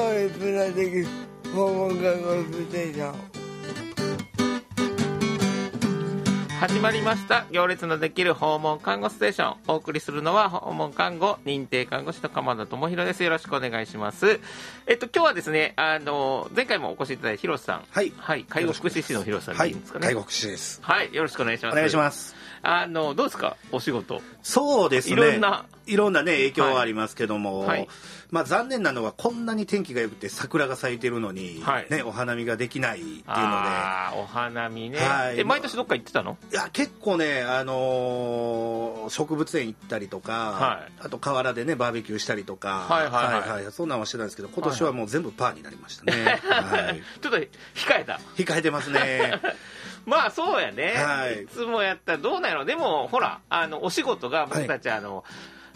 際的訪問看護婦ステーション始まりました行列のできる訪問看護ステーションお送りするのは訪問看護認定看護師の鎌田智博ですよろしくお願いしますえっと今日はですねあの前回もお越しいただいた広瀬さんはい介護福祉士の広瀬さんはでいいいんですか、ね外国史です。はいよろしくお願いしますお願いします。あのどうですかお仕事そうですね。いろんな、いろんなね、影響はありますけども、はいはいまあ残念なのは、こんなに天気が良くて桜が咲いてるのに、はいね、お花見ができないっていうので、ああお花見ね、はいえ毎年どっか行ってたのいや、結構ね、あのー植物園行ったりとか、はいあと河原でね、バーベキューしたりとか、はいはいはいそんなんはしてたんですけど、今年はもう全部パーになりましたね。 はい。ちょっと控えた控えてますね。まあそうやね、はいい、つもやったらどうなんやろでもほらあのお仕事が僕たち、あの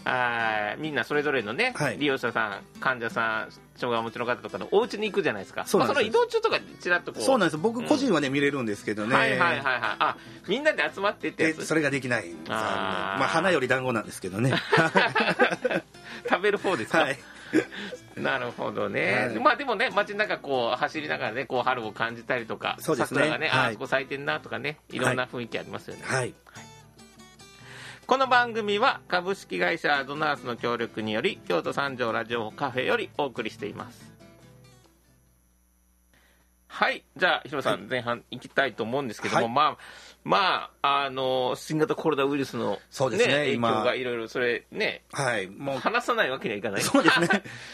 あーみんなそれぞれのね、はい利用者さん患者さん障害をお持ちの方とかのお家に行くじゃないですかそうなんまあですその移動中とかにちらっとこうそうなんです。う僕ん個人はね、見れるんですけどね。はいはいはいはいあみんなで集まってってやでつそれができないんですあーまあ花より団子なんですけ どね食べる方ですか、はいなるほどね、はいまあでもね街の中こう走りながらねこう春を感じたりとか、そうですね桜がね、あはいあそこ咲いてんなとかねいろんな雰囲気ありますよね、はいこの番組は株式会社アドナースの協力により京都三条ラジオカフェよりお送りしていますはいじゃあヒロさん、前半行きたいと思うんですけども、はいまあまああの新型コロナウイルスの、そうですね影響今がいろいろそれねはいもう話さないわけにはいかないそう ですね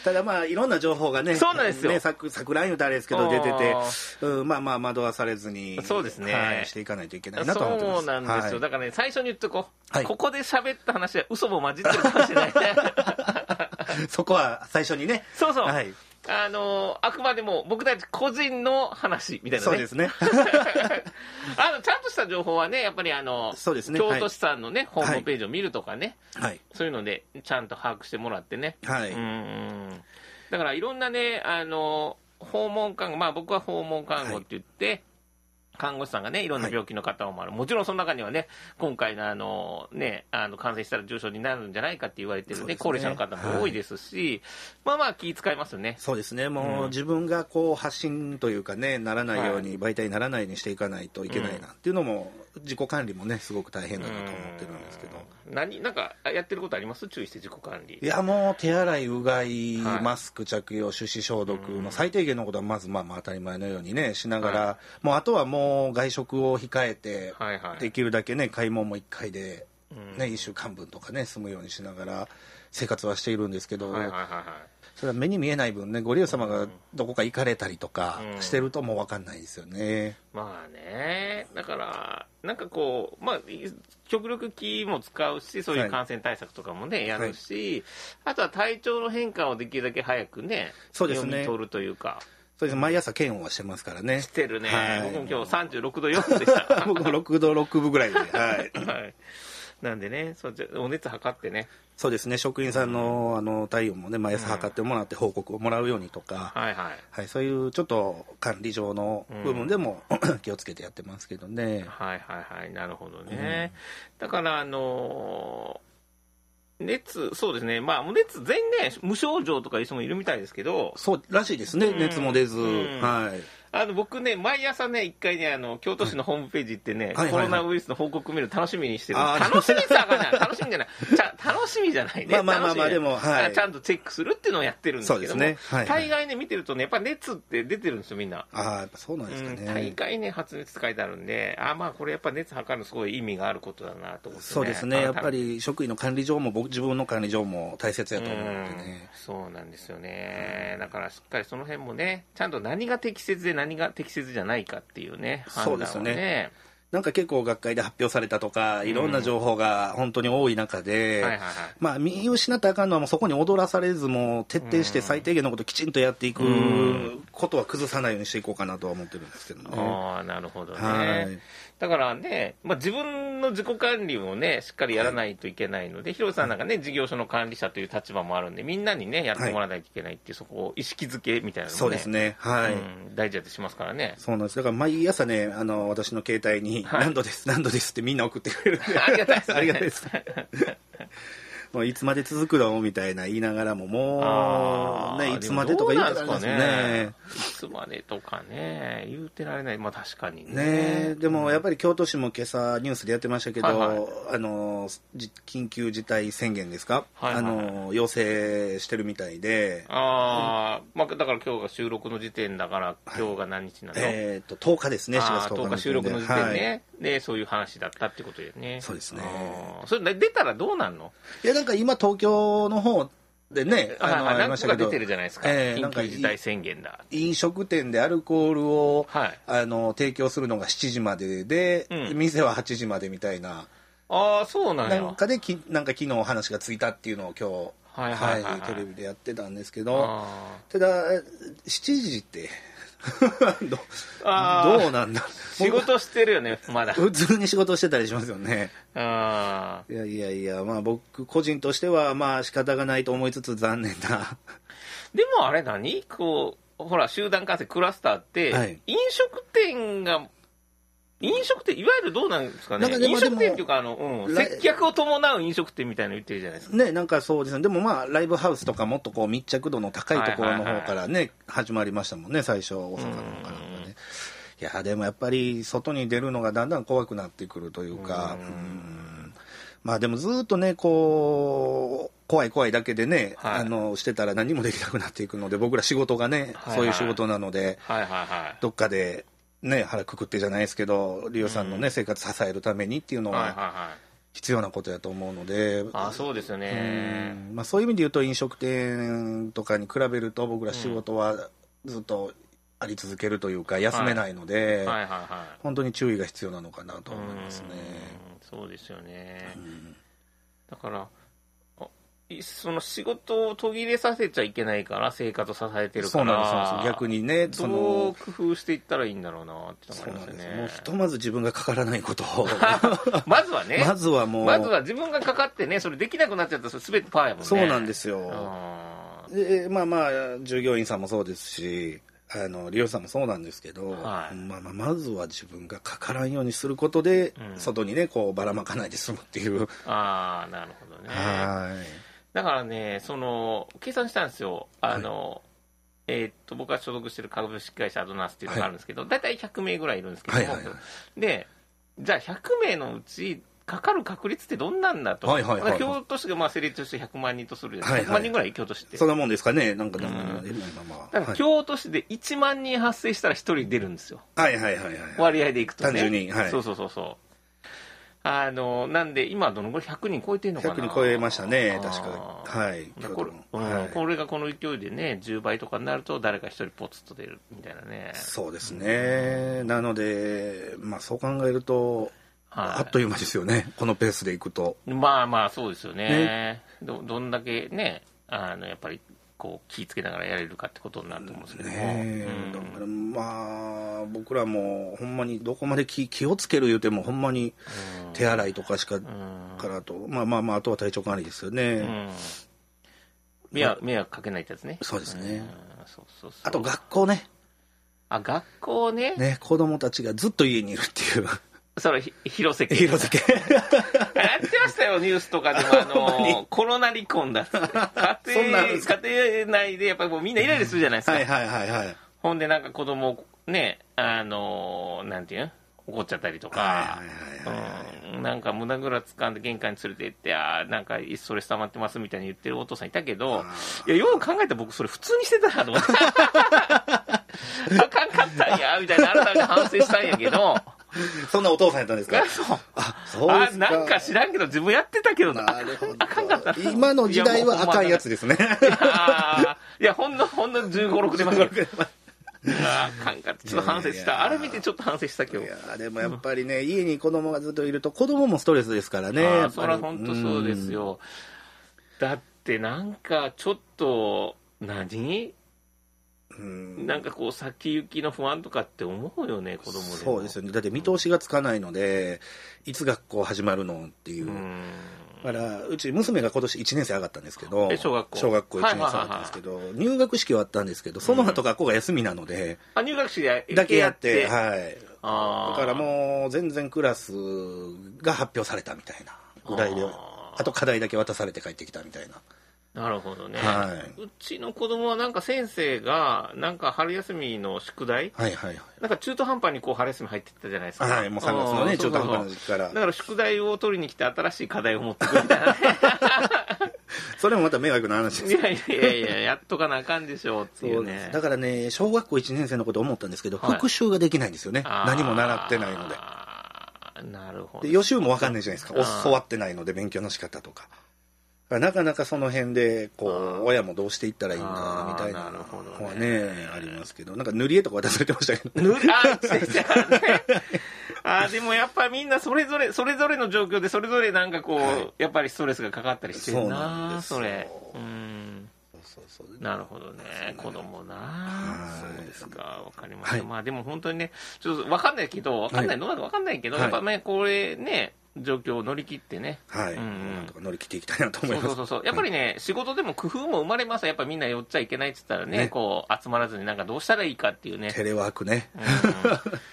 ただまあいろんな情報がねそうなんですよね、桜桜言うたらあれですけど出てあて、うん、まあまあ惑わされずにそうですねはい、していかないといけないなとは思ってますそうなんですよ、はだからね最初に言っとこう、はいここで喋った話は嘘も混じってるかもしれ ないい、そこは最初にねそうそう、はいあのあくまでも僕たち個人の話みたいなねそうですねあのちゃんとした情報はねやっぱりあの、そうですね京都市さんのね、ホームページを見るとかね、はいそういうのでちゃんと把握してもらってね、はうい、んうんだからいろんなねあの訪問看護まあ僕は訪問看護って言って、看護師さんがね、いろんな病気の方をもある、もちろんその中にはね、今回のあの、ね、あの感染したら重症になるんじゃないかって言われてるそねうですね高齢者の方も多いですし、まあまあ気遣いますよね。そうですねもう、うん自分がこう発信というかねならないように、媒体にならないようにしていかないといけないなっていうのも、自己管理もねすごく大変だなと思ってるんですけど、うん何なんかやってることあります注意して自己管理いやもう手洗いうがい、はいマスク着用、手指消毒の最低限のことはまずまあまあ当たり前のようにねしながら、もうあとはもう外食を控えて、はいはいできるだけね買い物も1回で、うんね一1週間分とかね済むようにしながら生活はしているんですけど、はいはいはいはいそれは目に見えない分ねご利用様がどこか行かれたりとかうんしてるともう分かんないですよね。まあね、だから、なんかこう、まあ、い極力気も使うし、そういはうい感染対策とかもね、やるし、あとは体調の変化をできるだけ早くね、そうですね読み取るというか、それで毎朝検温はしてますからね し。てるね、はい僕も今日36度4でした。僕も6度6分ぐらいで、はい、はいなんでねそう、じゃお熱測ってね、そうですね職員さんのあの体温もね毎朝測ってもらって報告をもらうようにとか、はいはい。はい、そういうちょっと管理上の部分でも、 気をつけてやってますけどね。はいはいはい、なるほどね。だから、あのー熱、そうですね、まあ、熱、全然無症状とかいう人もいるみたいですけど、そうらしいですね、うん熱も出ず、うんはい、あの僕ね、毎朝ね、一回ねあの、京都市のホームページ行ってね、はいはいコはいロナウイルスの報告見るの楽しみにしてる、あー楽しみさがない、楽しみじゃない、ちゃ楽しみじゃないね、まあまあまあまあ楽しみじゃでもはいあちゃんとチェックするっていうのをやってるんですけども、そうですねはいはい大概ね、見てるとね、やっぱ熱って出てるんですよ、みんな。ああやっぱそうなんですかうんね大。概ね、発熱って書いてあるんで、あーまあ、これやっぱ熱測るのすごい意味があることだなと思って、ね、そうですね、やっぱ改めてり職員の管理上も僕自分の管理上も大切やと思うのでね。うんそうなんですよね、だからしっかりその辺もね、ちゃんと何が適切で何が適切じゃないかっていうね、判断そをうですねなんか結構学会で発表されたとか、いろんな情報が本当に多い中で、はいはいはいまあ、見失ったらあかんのはもうそこに踊らされず、もう徹底して最低限のことをきちんとやっていくうんことは崩さないようにしていこうかなとは思ってるんですけどね。ああなるほどね、はいだからね、まあ、自分の自己管理をねしっかりやらないといけないので、広瀬さんなんかね事業所の管理者という立場もあるんでみんなにねやってもらわないといけないっていう、そこを意識づけみたいなのも、ね、そうですね、はい、うん大事だとしますから ねそうなんですだから毎朝ねあの私の携帯に「はい 何度です、何度です」ってみんな送ってくれるんでありがたいですねありがたいですもういつまで続くのみたいな言いながらも、もあう、ーね、いつまでとか言ってられないですもんどうなんね。ですかねいつまでとかね言うてられないまあ確かにねねえでもやっぱり京都市も今朝ニュースでやってましたけど、はいはいあのじ緊急事態宣言ですか、はいはいはあいの要請してるみたいで、ああ、まあだから今日が収録の時点だから今日が何日なの、えー、と10日ですね、4あ月10ー日10の日収録の時点で点はいね、でそういう話だったってことでねそうですねあーそれ出たらどうなんのいやなんか今、東京の方でね、ああのああり何まし個たけか出どて、るじゃないですか、えーな緊んか急事態宣言だ飲食店でアルコールを、はいあの提供するのが7時までで、うん店は8時までみたいな、ああそうなんやなんかでき、なんか昨日お話がついたっていうのを今日、はいはいはいはテいレビでやってたんですけあど。ーただ7時って どあーどうなんだ仕事してるよねまだ僕普通に仕事してたりしますよねあいやいやいやまあ僕個人としてはまあ仕方がないと思いつつ残念なーでもあれ何こうほら集団感染クラスターって、はい飲食店が飲食店いわゆるどうなんですかねなんかでも飲食店っていうかあの、うん、ら接客を伴う飲食店みたいなの言ってるじゃないですかねなんかそうですねでもまあライブハウスとかもっとこう密着度の高いところの方からね、始まりましたもんね最初大阪の方からうんねいやでもやっぱり外に出るのがだんだん怖くなってくるというかうんうんまあでもずっとねこう怖い怖いだけでね、はいあのしてたら何もできなくなっていくので僕ら仕事がね、はいはいそういう仕事なのではいはいはいどっかでね腹くくってじゃないですけどリオさんのね、生活支えるためにっていうのはいはいははい必要なことやと思うので、あそうですよねうんまあ、そういう意味で言うと飲食店とかに比べると僕ら仕事はずっとあり続けるというか休めないので、はいはいはい本当に注意が必要なのかなと思いますね。うんそうですよねうんだからあいその仕事を途切れさせちゃいけないから生活を支えてるかそうらなんですそうなんです逆にねそどうの工夫していったらいいんだろうなってそ思ういなまんですよす、もうねひとまず自分がかからないこと をまずはねまずはもう、まずは自分がかかってねそれできなくなっちゃったらそれ全てパーやもんねそうなんですすよ、でまあまあ従業員さんもそうですしあの利用者さんもそうなんですけど、はいまあ、まあまずは自分がかからんようにすることで、うん外にねこうばらまかないで済むっていうああなるほどねはい。だからね、その計算したんですよ、あの、えーっと僕が所属してる株式会社アドナースっていうのがあるんですけど、大体100名ぐらいいるんですけども、はいはいはで、じゃあ100名のうち、かかる確率ってどんなんだと、はいはいはいはい京都市がまあ成立して100万人とするじゃないですか、はいはい100万人ぐらい京都市って。そんなもんですかね、なんか、うんまあまあだまあ、から京都市で1万人発生したら1人出るんですよ、はいはいはいはいはい。割合でいくとね。単純にはいそうそうそうそう。あのなんで、今、どのぐらい100人超えてるのかな100人超えましたね、確かあ。ーはい。だからこれ,京う都ん、のはいこれがこの勢いでね10倍とかになると誰か一人ポツッと出るみたいなねそうですね。なので、まあそう考えると、はいあっという間ですよね、このペースでいくと。まあまあそうですよねどどんだけねあのやっぱりこう気ぃつけながらやれるかってことになると思うんですけども、ねうんだからまあ、僕らもほんまにどこまで気気をつける言うても、ほんまに手洗いとかしか、うんからと、まあまあまあ、あとは体調管理ですようね。ん迷惑迷惑かけないってやつねそうですねうんそうそうそうあと学校ね。あ学校ねね、子供たちがずっと家にいるっていう。それひ広瀬 家広瀬家やってましたよ、ニュースとかでも、あの、コロナ離婚だっつっ て。そ家んなんあるんです庭、家庭内で、やっぱりもうみんなイライラするじゃないですか。はいはいはいはい。ほんで、なんか子供を、ね、あの、なんていうん怒っちゃったりとかはいはいはいはうんなんか胸ぐらつかんで玄関に連れて行って、あーなんかいっそれ下まってますみたいに言ってるお父さんいたけど、いや、よう考えたら僕それ普通にしてたなと思って。 あかんかったんや、みたいな、改めて反省したんやけど、そんなお父さんやったんですかそうあ、そうであすか。なんか知らんけど自分やってたけどななるほどあかんかったな今の時代はあかんやつい ですね。やあ ーいやほんのほんの1 5 6出ましたけどあーあかんかったちょっと反省したいやいやあれ見てちょっと反省した今い日やーでもやっぱりね、家に子供がずっといると、子供もストレスですからね。あやーっそぱりりゃ本当そうです。よだってなんかちょっと何うんなんかこう先行きの不安とかって思うよね子供でもそうですよね。だって見通しがつかないので、いつ学校始まるのっていうう。んだからうち娘が今年1年生上がったんですけどえ小学校小学校1年生上がったんですけど、入学式はあったんですけどその後学校が休みなので、あ入学式でだけやってはいあだーからもう全然クラスが発表されたみたいなぐらいでああと課題だけ渡されて帰ってきたみたいな。なるほどね、はうちの子供はなんか先生がなんか春休みの宿題はいはいはい。なんか中途半端にこう春休み入ってったじゃないですかはい、もう3月のね、ん中途半端なそう時そう期からだ。から宿題を取りに来て新しい課題を持ってくるみたいなねそれもまた迷惑な話ですいや いやいややっとかなあかんでしょうっていうねだからね、小学校1年生のこと思ったんですけど、はい復習ができないんですよね、あー何も習ってないのでなるほどで、予習も分かんないじゃないですあか、ー教わってないので、勉強の仕方とか、だからなかなかその辺でこあーう親もどうしていったらいいんだあーみたいななるほどねのはね、ありますけど、なんか塗り絵とか渡されてましたけど、 ぬあ先生あのね あでもやっぱみんなそれぞれそれぞれの状況でそれぞれなんかこう、はいやっぱりストレスがかかったりしてるそうなんなですそよれうんそうそうそうなるほどね子供なはいそうですかわかりました、はいまあでも本当にねちょっとわかんないけどわかんなはいいのはわかんないけど、はいやっぱねこれね状況を乗り切ってねはい、うんなんとか乗り切っていきたいなと思いそうます。そうそうそうやっぱりね、仕事でも工夫も生まれますやっぱみんな寄っちゃいけないって言ったらねねこう集まらずになんかどうしたらいいかっていうねテレワークね、うん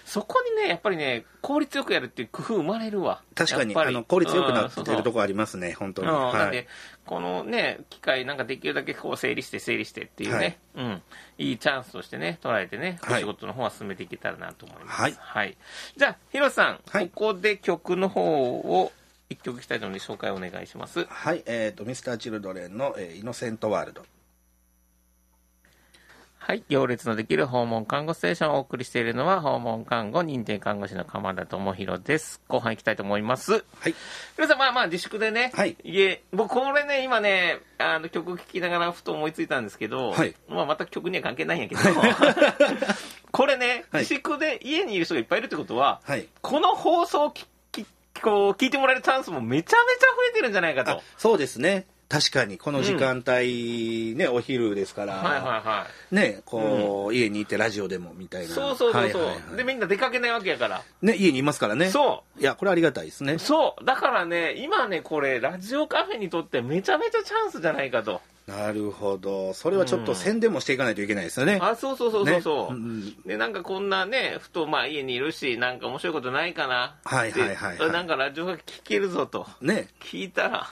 そこにね、やっぱりね、効率よくやるっていう工夫生まれるわ。確かにやっぱありの効率よくなっうんてそうそるうとこありますね、本当うんに。はいなんで、このね、機会なんかできるだけこう整理して整理してっていうね、うん、いいチャンスとしてね、捉えてね、はいお仕事の方は進めていけたらなと思います。はいじゃあ、ヒロさん、はいここで曲の方を一曲いきたいので紹介お願いします。はい、えっ、と、ミスターチルドレンの、えーイノセントワールド。はい。行列のできる訪問看護ステーションをお送りしているのは、訪問看護認定看護師の鎌田智弘です。後半行きたいと思います。はい。皆さん、まあまあ自粛でね、はいえ僕これね、今ね、あの曲聴きながらふと思いついたんですけど、はいまあまた曲には関係ないんやけど、 これね、はい自粛で家にいる人がいっぱいいるってことは、はい。この放送をききこう聞いてもらえるチャンスもめちゃめちゃ増えてるんじゃないかあと。そうですね確かにこの時間帯、ねお昼ですから、はいはいはい。ねこう、家にいてラジオでもみたいなそうそうそうそう、はいはいはいで、みんな出かけないわけやから。ね家にいますからねそう。ういやこれありがたいですねそう、だからね、今ね、これ、ラジオカフェにとってめちゃめちゃチャンスじゃないかと。なるほどそれはちょっと宣伝もしていかないといけないですよね、あ、そうそうそうそうそねうう。んで、なんかこんなね、ふとまあ家にいるし、なんか面白いことないかな。はいはいはいはいでなんかラジオが聞けるぞと。ね聞いたら、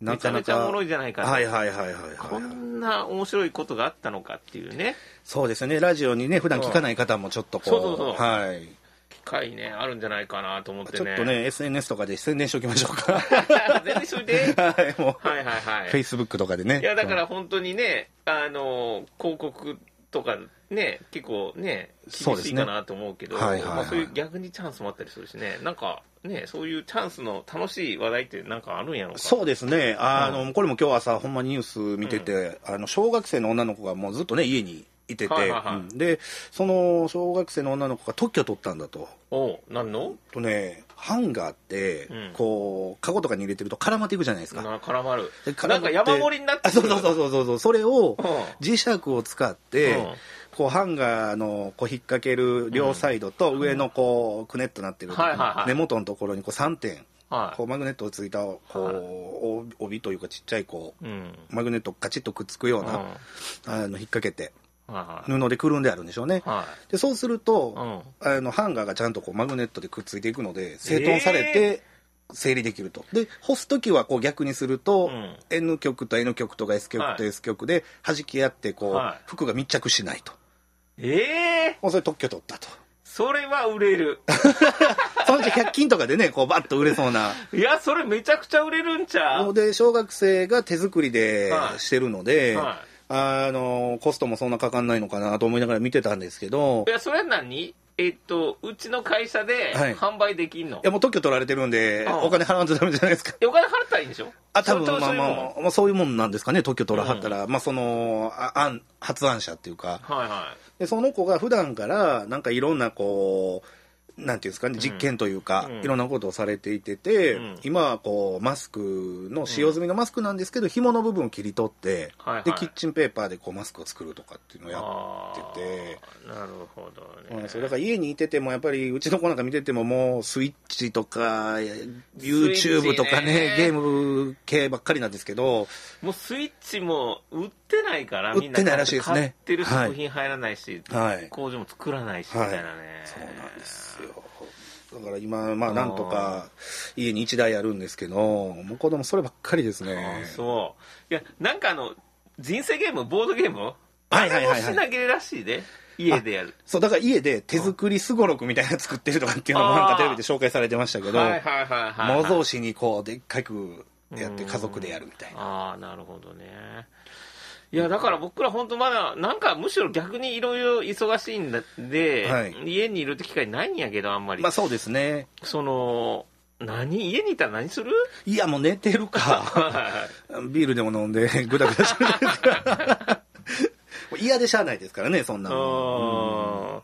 なめちかゃめなちゃおもかろいじゃないかと。はいはいはいはいこはいんな面白いことがあったのかっていうね、そうですねラジオにね普段聞かない方もちょっとこうそうそうそうはい機会ね、あるんじゃないかなと思ってね。ちょっと。ね SNS とかで宣伝しておきましょうか 全然しと いて。はいもう、はいはいはい。 Facebook とかでねいやだから本当にね、あの広告とかね、結構ね、そうで厳しすいねかなと思うけど、はいはいはいまあ、そういう逆にチャンスもあったりするしね、なんかね、そういうチャンスの楽しい話題って、なんかあるんやろうか、そうですね、あうのこれも今日朝、ほんまにニュース見てて、あの小学生の女の子がもうずっとね、家にいてて、はいはいはいうんでその小学生の女の子が特許取ったんだと、おうなんのとね、ハンガーって、うんこう、カゴとかに入れてると絡まっていくじゃないですか。な絡まるで、絡まなっんてか山盛りになってあそうそうそううそうそうそう、それをうん磁石を使って、うんこうハンガーのこう引っ掛ける両サイドと上のこうくねっとなってる、はいはいはい根元のところにこう3点、はこうマグネットをついたこう、はいお帯というかちっちゃいこうい、うん、マグネットガチッとくっつくよううんな、あの引っ掛けてはいはい布でくるんであるんでしょうね、はでそうするい、うと、ん、あのハンガーがちゃんとこうマグネットでくっついていくので整頓されて整理できると、で干す時はこう逆にすると、うん N 極と N 極とか S 極と S 極で弾き合ってこう、はい服が密着しないとええー、もうそれ特許取ったとそれは売れる、そのうち100均とかでねこうバッと売れそうないや、それめちゃくちゃ売れるんちゃう、で小学生が手作りではいしてるので、はあのコストもそんなかかんないのかなと思いながら見てたんですけどい、いや、それは何えっと、うちの会社ではい販売できんの、いやもう特許取られてるんで、うんお金払わんとダメじゃないですか。お金払ったらいいんでしょあ、多 そ分まあれそういうもまんあ、まあそういうもんなんですかね、特許取らはったら、まあその、あ案、発案者っていうか、はいはでその子が普段から、なんかいろんなこう、なんていうんですかね、実験というか、うんいろんなことをされていてて、うん今はこう、マスクの、使用済みのマスクなんですけど、紐の部分を切り取って、はいはいで、キッチンペーパーでこう、マスクを作るとかっていうのをいやっあててーなるほどそうなんねですよだから家にいててもやっぱりうちの子なんか見ててももうスイッチとかスイッチね YouTube とかねゲーム系ばっかりなんですけどもうスイッチも売ってないから売ってないらしいですねみんな買ってる食品入らないし、はい工場も作らないしみはいたいなね、そうなんですよだから今、まあ、なんとか家に1台あるんですけど、もう子供そればっかりですあねー。そういやなんかあの人生ゲームボードゲームはいはいはいはいあれもしなげるらしいで家でやるそう、だから家で手作りすごろくみたいなの作ってるとかっていうのもあーなんかテレビで紹介されてましたけど、はいはいはいはい、模はい、造紙にこう、でっかくやって家族でやるみたいな。ああなるほどねいやだから僕ら本当まだなんかむしろ逆にいろいろ忙しいんだで、はい家にいるって機会ないんやけどあんまり、まあそうですね。その何家にいたら何するいや、もう寝てる か。はビールでも飲んで、ぐだぐだしてるじゃないです かもう嫌でしゃあないですからね、そんいなうの。うんん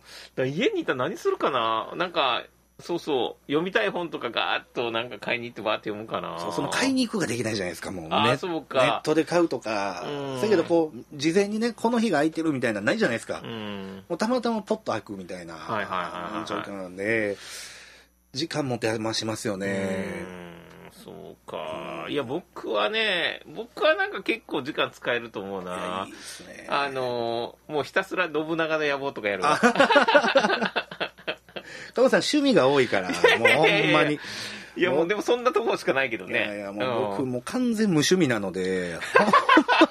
だから家にいたら何するかななんかそうそう読みたい本とかガーッとなんか買いに行ってバーって読むかなそうその買いに行くができないじゃないですか、もうねあーネそうかットで買うとかう、んだけどこう、事前にね、この日が空いてるみたいなのないじゃないですか、うもんうたまたまポッと開くみたいなはいはいはい状況なんで、時間も手間しますようね、んそうかいや僕はね僕はなんか結構時間使えると思ういやないいですねあのーもうひたすら信長の野望とかやるわ加藤さん、趣味が多いから、もうほんまに、いやもうでもそんなところしかないけどい ねやいや、もう僕、んもう完全無趣味なので、ほん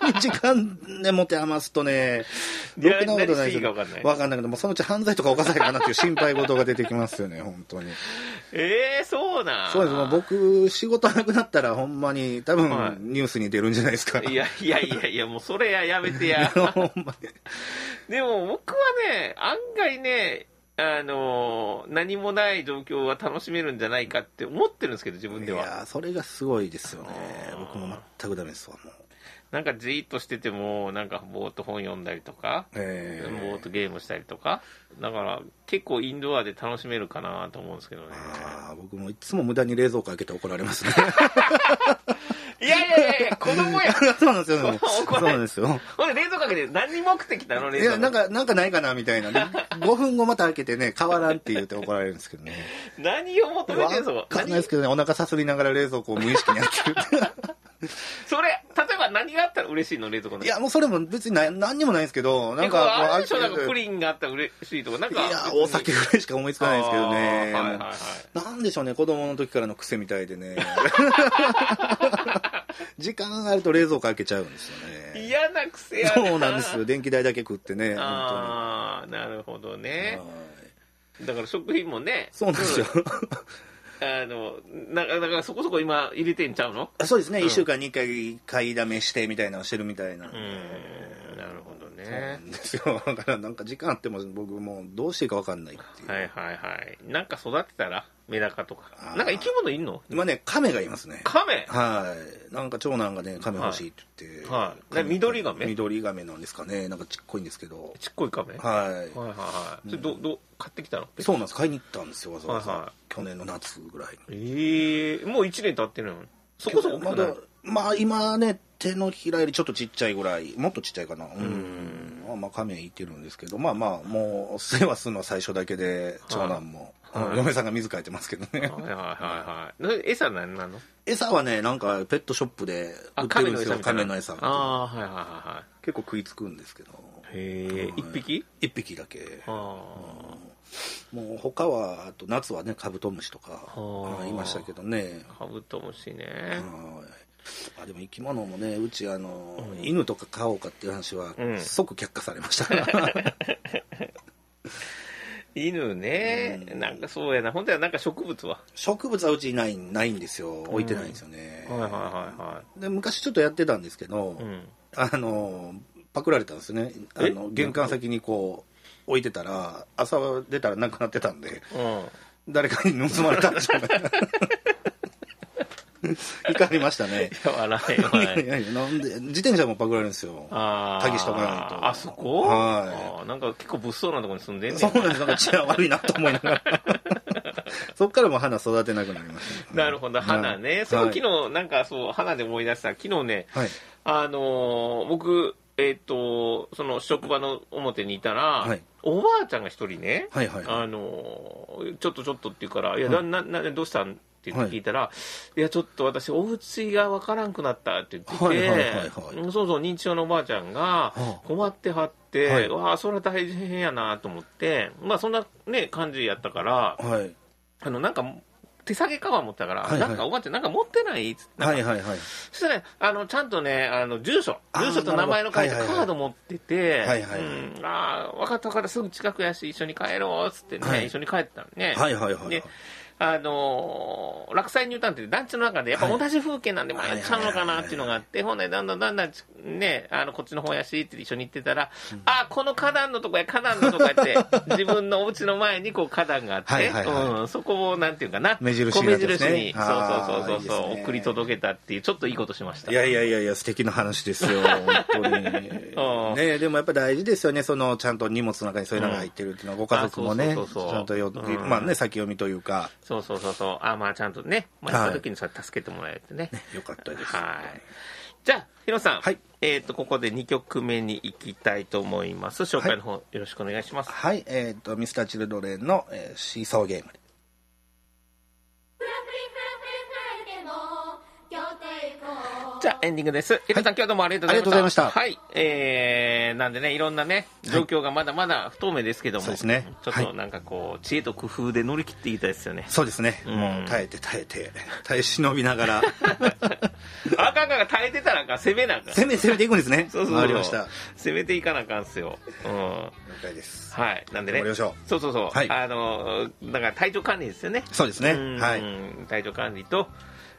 まに時間ね、持て余すとね、いやろくなことない何していですいか分かんないわかんないけど、もうそのうち犯罪とか犯さないかなっていう心配事が出てきますよね、本当に。ええそうなんそうです、もう僕、仕事なくなったら、ほんまに、多分、はいニュースに出るんじゃないですか。 いやいやいやいやもうそれややめてやほんまにでも僕はね案外ねあのー何もない状況は楽しめるんじゃないかって思ってるんですけど自分いではや、それがすごいですよねあ。ー僕も全くダメですわ、もう。なんかじーっとしててもなんかぼーっと本読んだりとかえーぼーっとゲームしたりとかだから結構インドアで楽しめるかなと思うんですけどねあー僕もいつも無駄に冷蔵庫開けて怒られ ますね。いやいやいやいや子供やそうなんですよ、ね、怒そうられるなんですよ。ほんで冷蔵庫かけて何目的なのい冷蔵や、庫なんか、なんかないかな、みたいなね。5分後また開けてね、変わらんって言って怒られるんですけどね。何を求めてんのわかんないですけどね、お腹さすりながら冷蔵庫を無意識にやってる。それ例えば何があったら嬉しいの冷蔵庫 のいや、もうそれも別にな何にもないんですけど、ななんんかか、あるでしょこうなんかプリンがあったら嬉しいとかなんいかや、お酒ぐらいしか思いつかないですけどね。あーはいはいはいなんでしょうね、子供の時からの癖みたいで ね。時間があると冷蔵庫開けちゃうんですよね。嫌な癖やそうなんですよ。電気代だけ食ってね、本ああなるほど当に。ねはいだから食品もねそうなんですよ。あのなだからそこそこ今入れてんちゃうの そうですね、うん1週間に1回買いだめしてみたいなのをしてるみたいな。うーんなるほどそうなねんですよ。だからなんか時間あっても僕もうどうしていいか分かんないっていう。はいはいはいなんか育てたらメダカとかあーなんか生き物いんの今ね、亀がいますね。カメはい。なんか長男がね、亀欲しいって言って。はいはい亀ね緑亀緑亀なんですかね。なんかちっこいんですけど。ちっこいカメはいははいはいそれどうんど買ってきたのい。そうなんです。買いに行ったんですよ、わざわざ。はいはい去年の夏ぐらいに。ええもう1年経ってるのそこそこ大きまくなだる、まあ今ね、手のひらよりちょっとちっちゃいぐらい、もっとちっちゃいかな。うん。まあまあ亀いてるんですけど、まあまあ、もう、世話するのは最初だけで、長男も。はいはいうん嫁さんが水変えてますけどね。はいはいはいはいな餌何なの餌はね、なんかペットショップで売あって亀るんのです餌よ、みたいな亀の餌。ああーはいはいはいはい結構食いつくんですけど。へえはい1匹一匹だけ。あもう他は、あと夏はね、カブトムシとか、はあいましたけどね。あカブトムシねはいあでも生き物もね、うちあの、犬とか飼おうかっていう話は、うん即却下されましたから、 犬ねうんなんかそうやな本当はなんか植物は植物はうちないないんですよ、置いてないんですよね。はいはいはで昔ちょっとやってたんですけど、いはいうんあのパクられたんですよねあえの、玄関先にこう置いてたら、朝出たらなくなってたんで、 うん誰かに盗まれたんでしょうね。 怒りましたね。笑えい笑やえいやいや、なんで、自転車もパクられるんですよ。あ鍵しとかないとあそこはいあーなんか結構物騒なとこに住んでんねそうなんです。なんか治安悪いなと思いな がら。そっからもう花育てなくなりました、なるほど花ね、はいそのはい昨日なんかそう花で思い出した昨日ねはい。あのー僕えっ、とその職場の表にいたら、はいおばあちゃんが一人ね、はいはいはいあのーちょっとちょっとって言うから「いや、なななどうしたん?」って言って聞いたら、い、やちょっと私お家がわからんくなったって言ってて、はいはいはいはいうんそうそう認知症のおばあちゃんがあ困ってはって、はいわあそれは大変やなと思ってまあそんなね感じやったからはい。あのなんか手提げカバン持ってたから、はいはいなんかおばあちゃん、なんか持ってないっつって、はいはいはい。そしたらね、あのちゃんとね、あの住所、あー住所と名前の書いてなカるほどはいはいはいード持ってて、はいはいはいうんああ、分かった分かった、すぐ近くやし、一緒に帰ろうっつってね、はい一緒に帰ったのね。はいはいはいはいで。あのー落西入団って団地の中でやっぱはい同じ風景なんで、まあやっちゃうのかなっていうのがあって、ほんでだんだんだんだんちね、あのこっちの方やしって一緒に行ってたら、あこの花壇のとこや花壇のとこ やって、自分のお家の前にこう花壇があって、はいはいはいうん、そこをなんていうかな、目印こうにな目ってます印ねに、そうそうそうそうあーいいそうですね送り届けたっていうちょっといいことしました。いやいやいやいや、素敵な話です よ、本当に。うんねでもやっぱ大事ですよね、その、ちゃんと荷物の中にそういうのが入ってるっていうのは、ご家族もあね、ちそうそうそうそうゃんとよ、うんまあね、先読みというか、そうそうそうそう、あまあちゃんとね、まあ、はい行った時にそうやって助けてもらえてね。よかったです。はい。じゃあ、ヒロさん。はいえっ、と、ここで2曲目に行きたいと思います。紹介の方、よろしくお願いします。はい、えっ、と、ミスターチルドレンの、えーシーソーゲーム。フラフリフラフリフライでも寄っていこうじゃあ、エンディングです。ヒロさん、今日どうもありがとうございました。あはい。えー、なんでね、いろんなね、状況がまだまだ不透明ですけども。そうですねちょっはとい。なんかこう、知恵と工夫で乗り切っていきたいですよねそうですね、もう耐えて耐えて、耐え忍びながら、 赤が耐えて たらあかん、攻めなあ かん。攻め攻めていくんですね。そうそうそうわかりました。了攻めていかなあかんっすよ。うん。解です。はい。なんでね。頑張りましょそうそうそう。はいあの、だから体調管理ですよね。そうですねうんはい。体調管理と、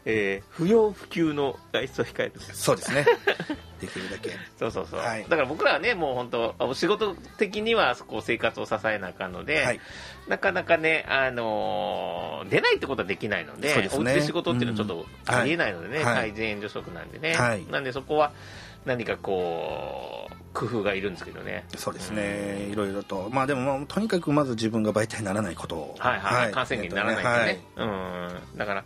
えー不要不急の外出を控える。そうですね。 できるだけ。そうそうそう。はいだから僕らはね、もう本当、お仕事的にはこう生活を支えなあかんので、はいなかなかね、あのー出ないってことはできないので、そうですねお家で仕事っていうのはちょっうんとありえないのでね、はい改善援助職なんでね。はいなんでそこは何かこう、工夫がいるんですけどね。そうですね、いろいろと、まあでも、まあとにかくまず自分が媒体にならないことを、はいはい、感染源にならないんでね、うんだから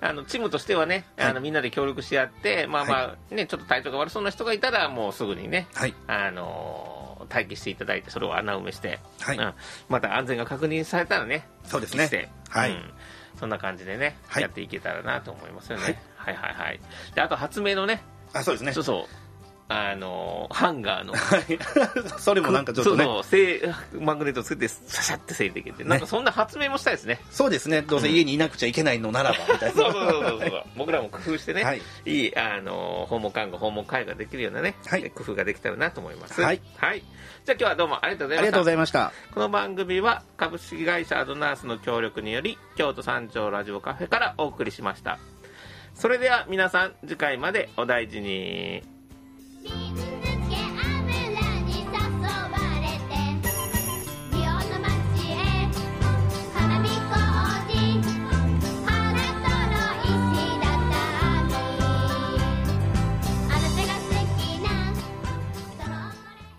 あのチームとしてはね、あはのみんなで協力し合って、まあまあ、ね、ちょっと体調が悪そうな人がいたら、もうすぐにね、はいあのー待機していただいて、それを穴埋めして、はいうんまた安全が確認されたらね、そうですね待機してはいうんそんな感じでね、はいやっていけたらなと思いますよね。はい、はい、はいはいであと、発明のね、あそうですねそうそう、あのーハ ンガーの。はいそれもなんかちょっとねそうそうせいマグネットつけてシャシャって制できて、なんかそんな発明もしたいですねそうですねどうせ家にいなくちゃいけないのならばみたいな そうそうそうそうそう。僕らも工夫してね、はいい、いあの訪問看護、訪問介護ができるようなね、はい工夫ができたらなと思います。はい。じゃあ今日はどうもありがとうごあざいりがとうましたご。ざいましたこの番組は株式会社アドナースの協力により、京都三条ラジオカフェからお送りしました。それでは皆さん、次回までお大事に。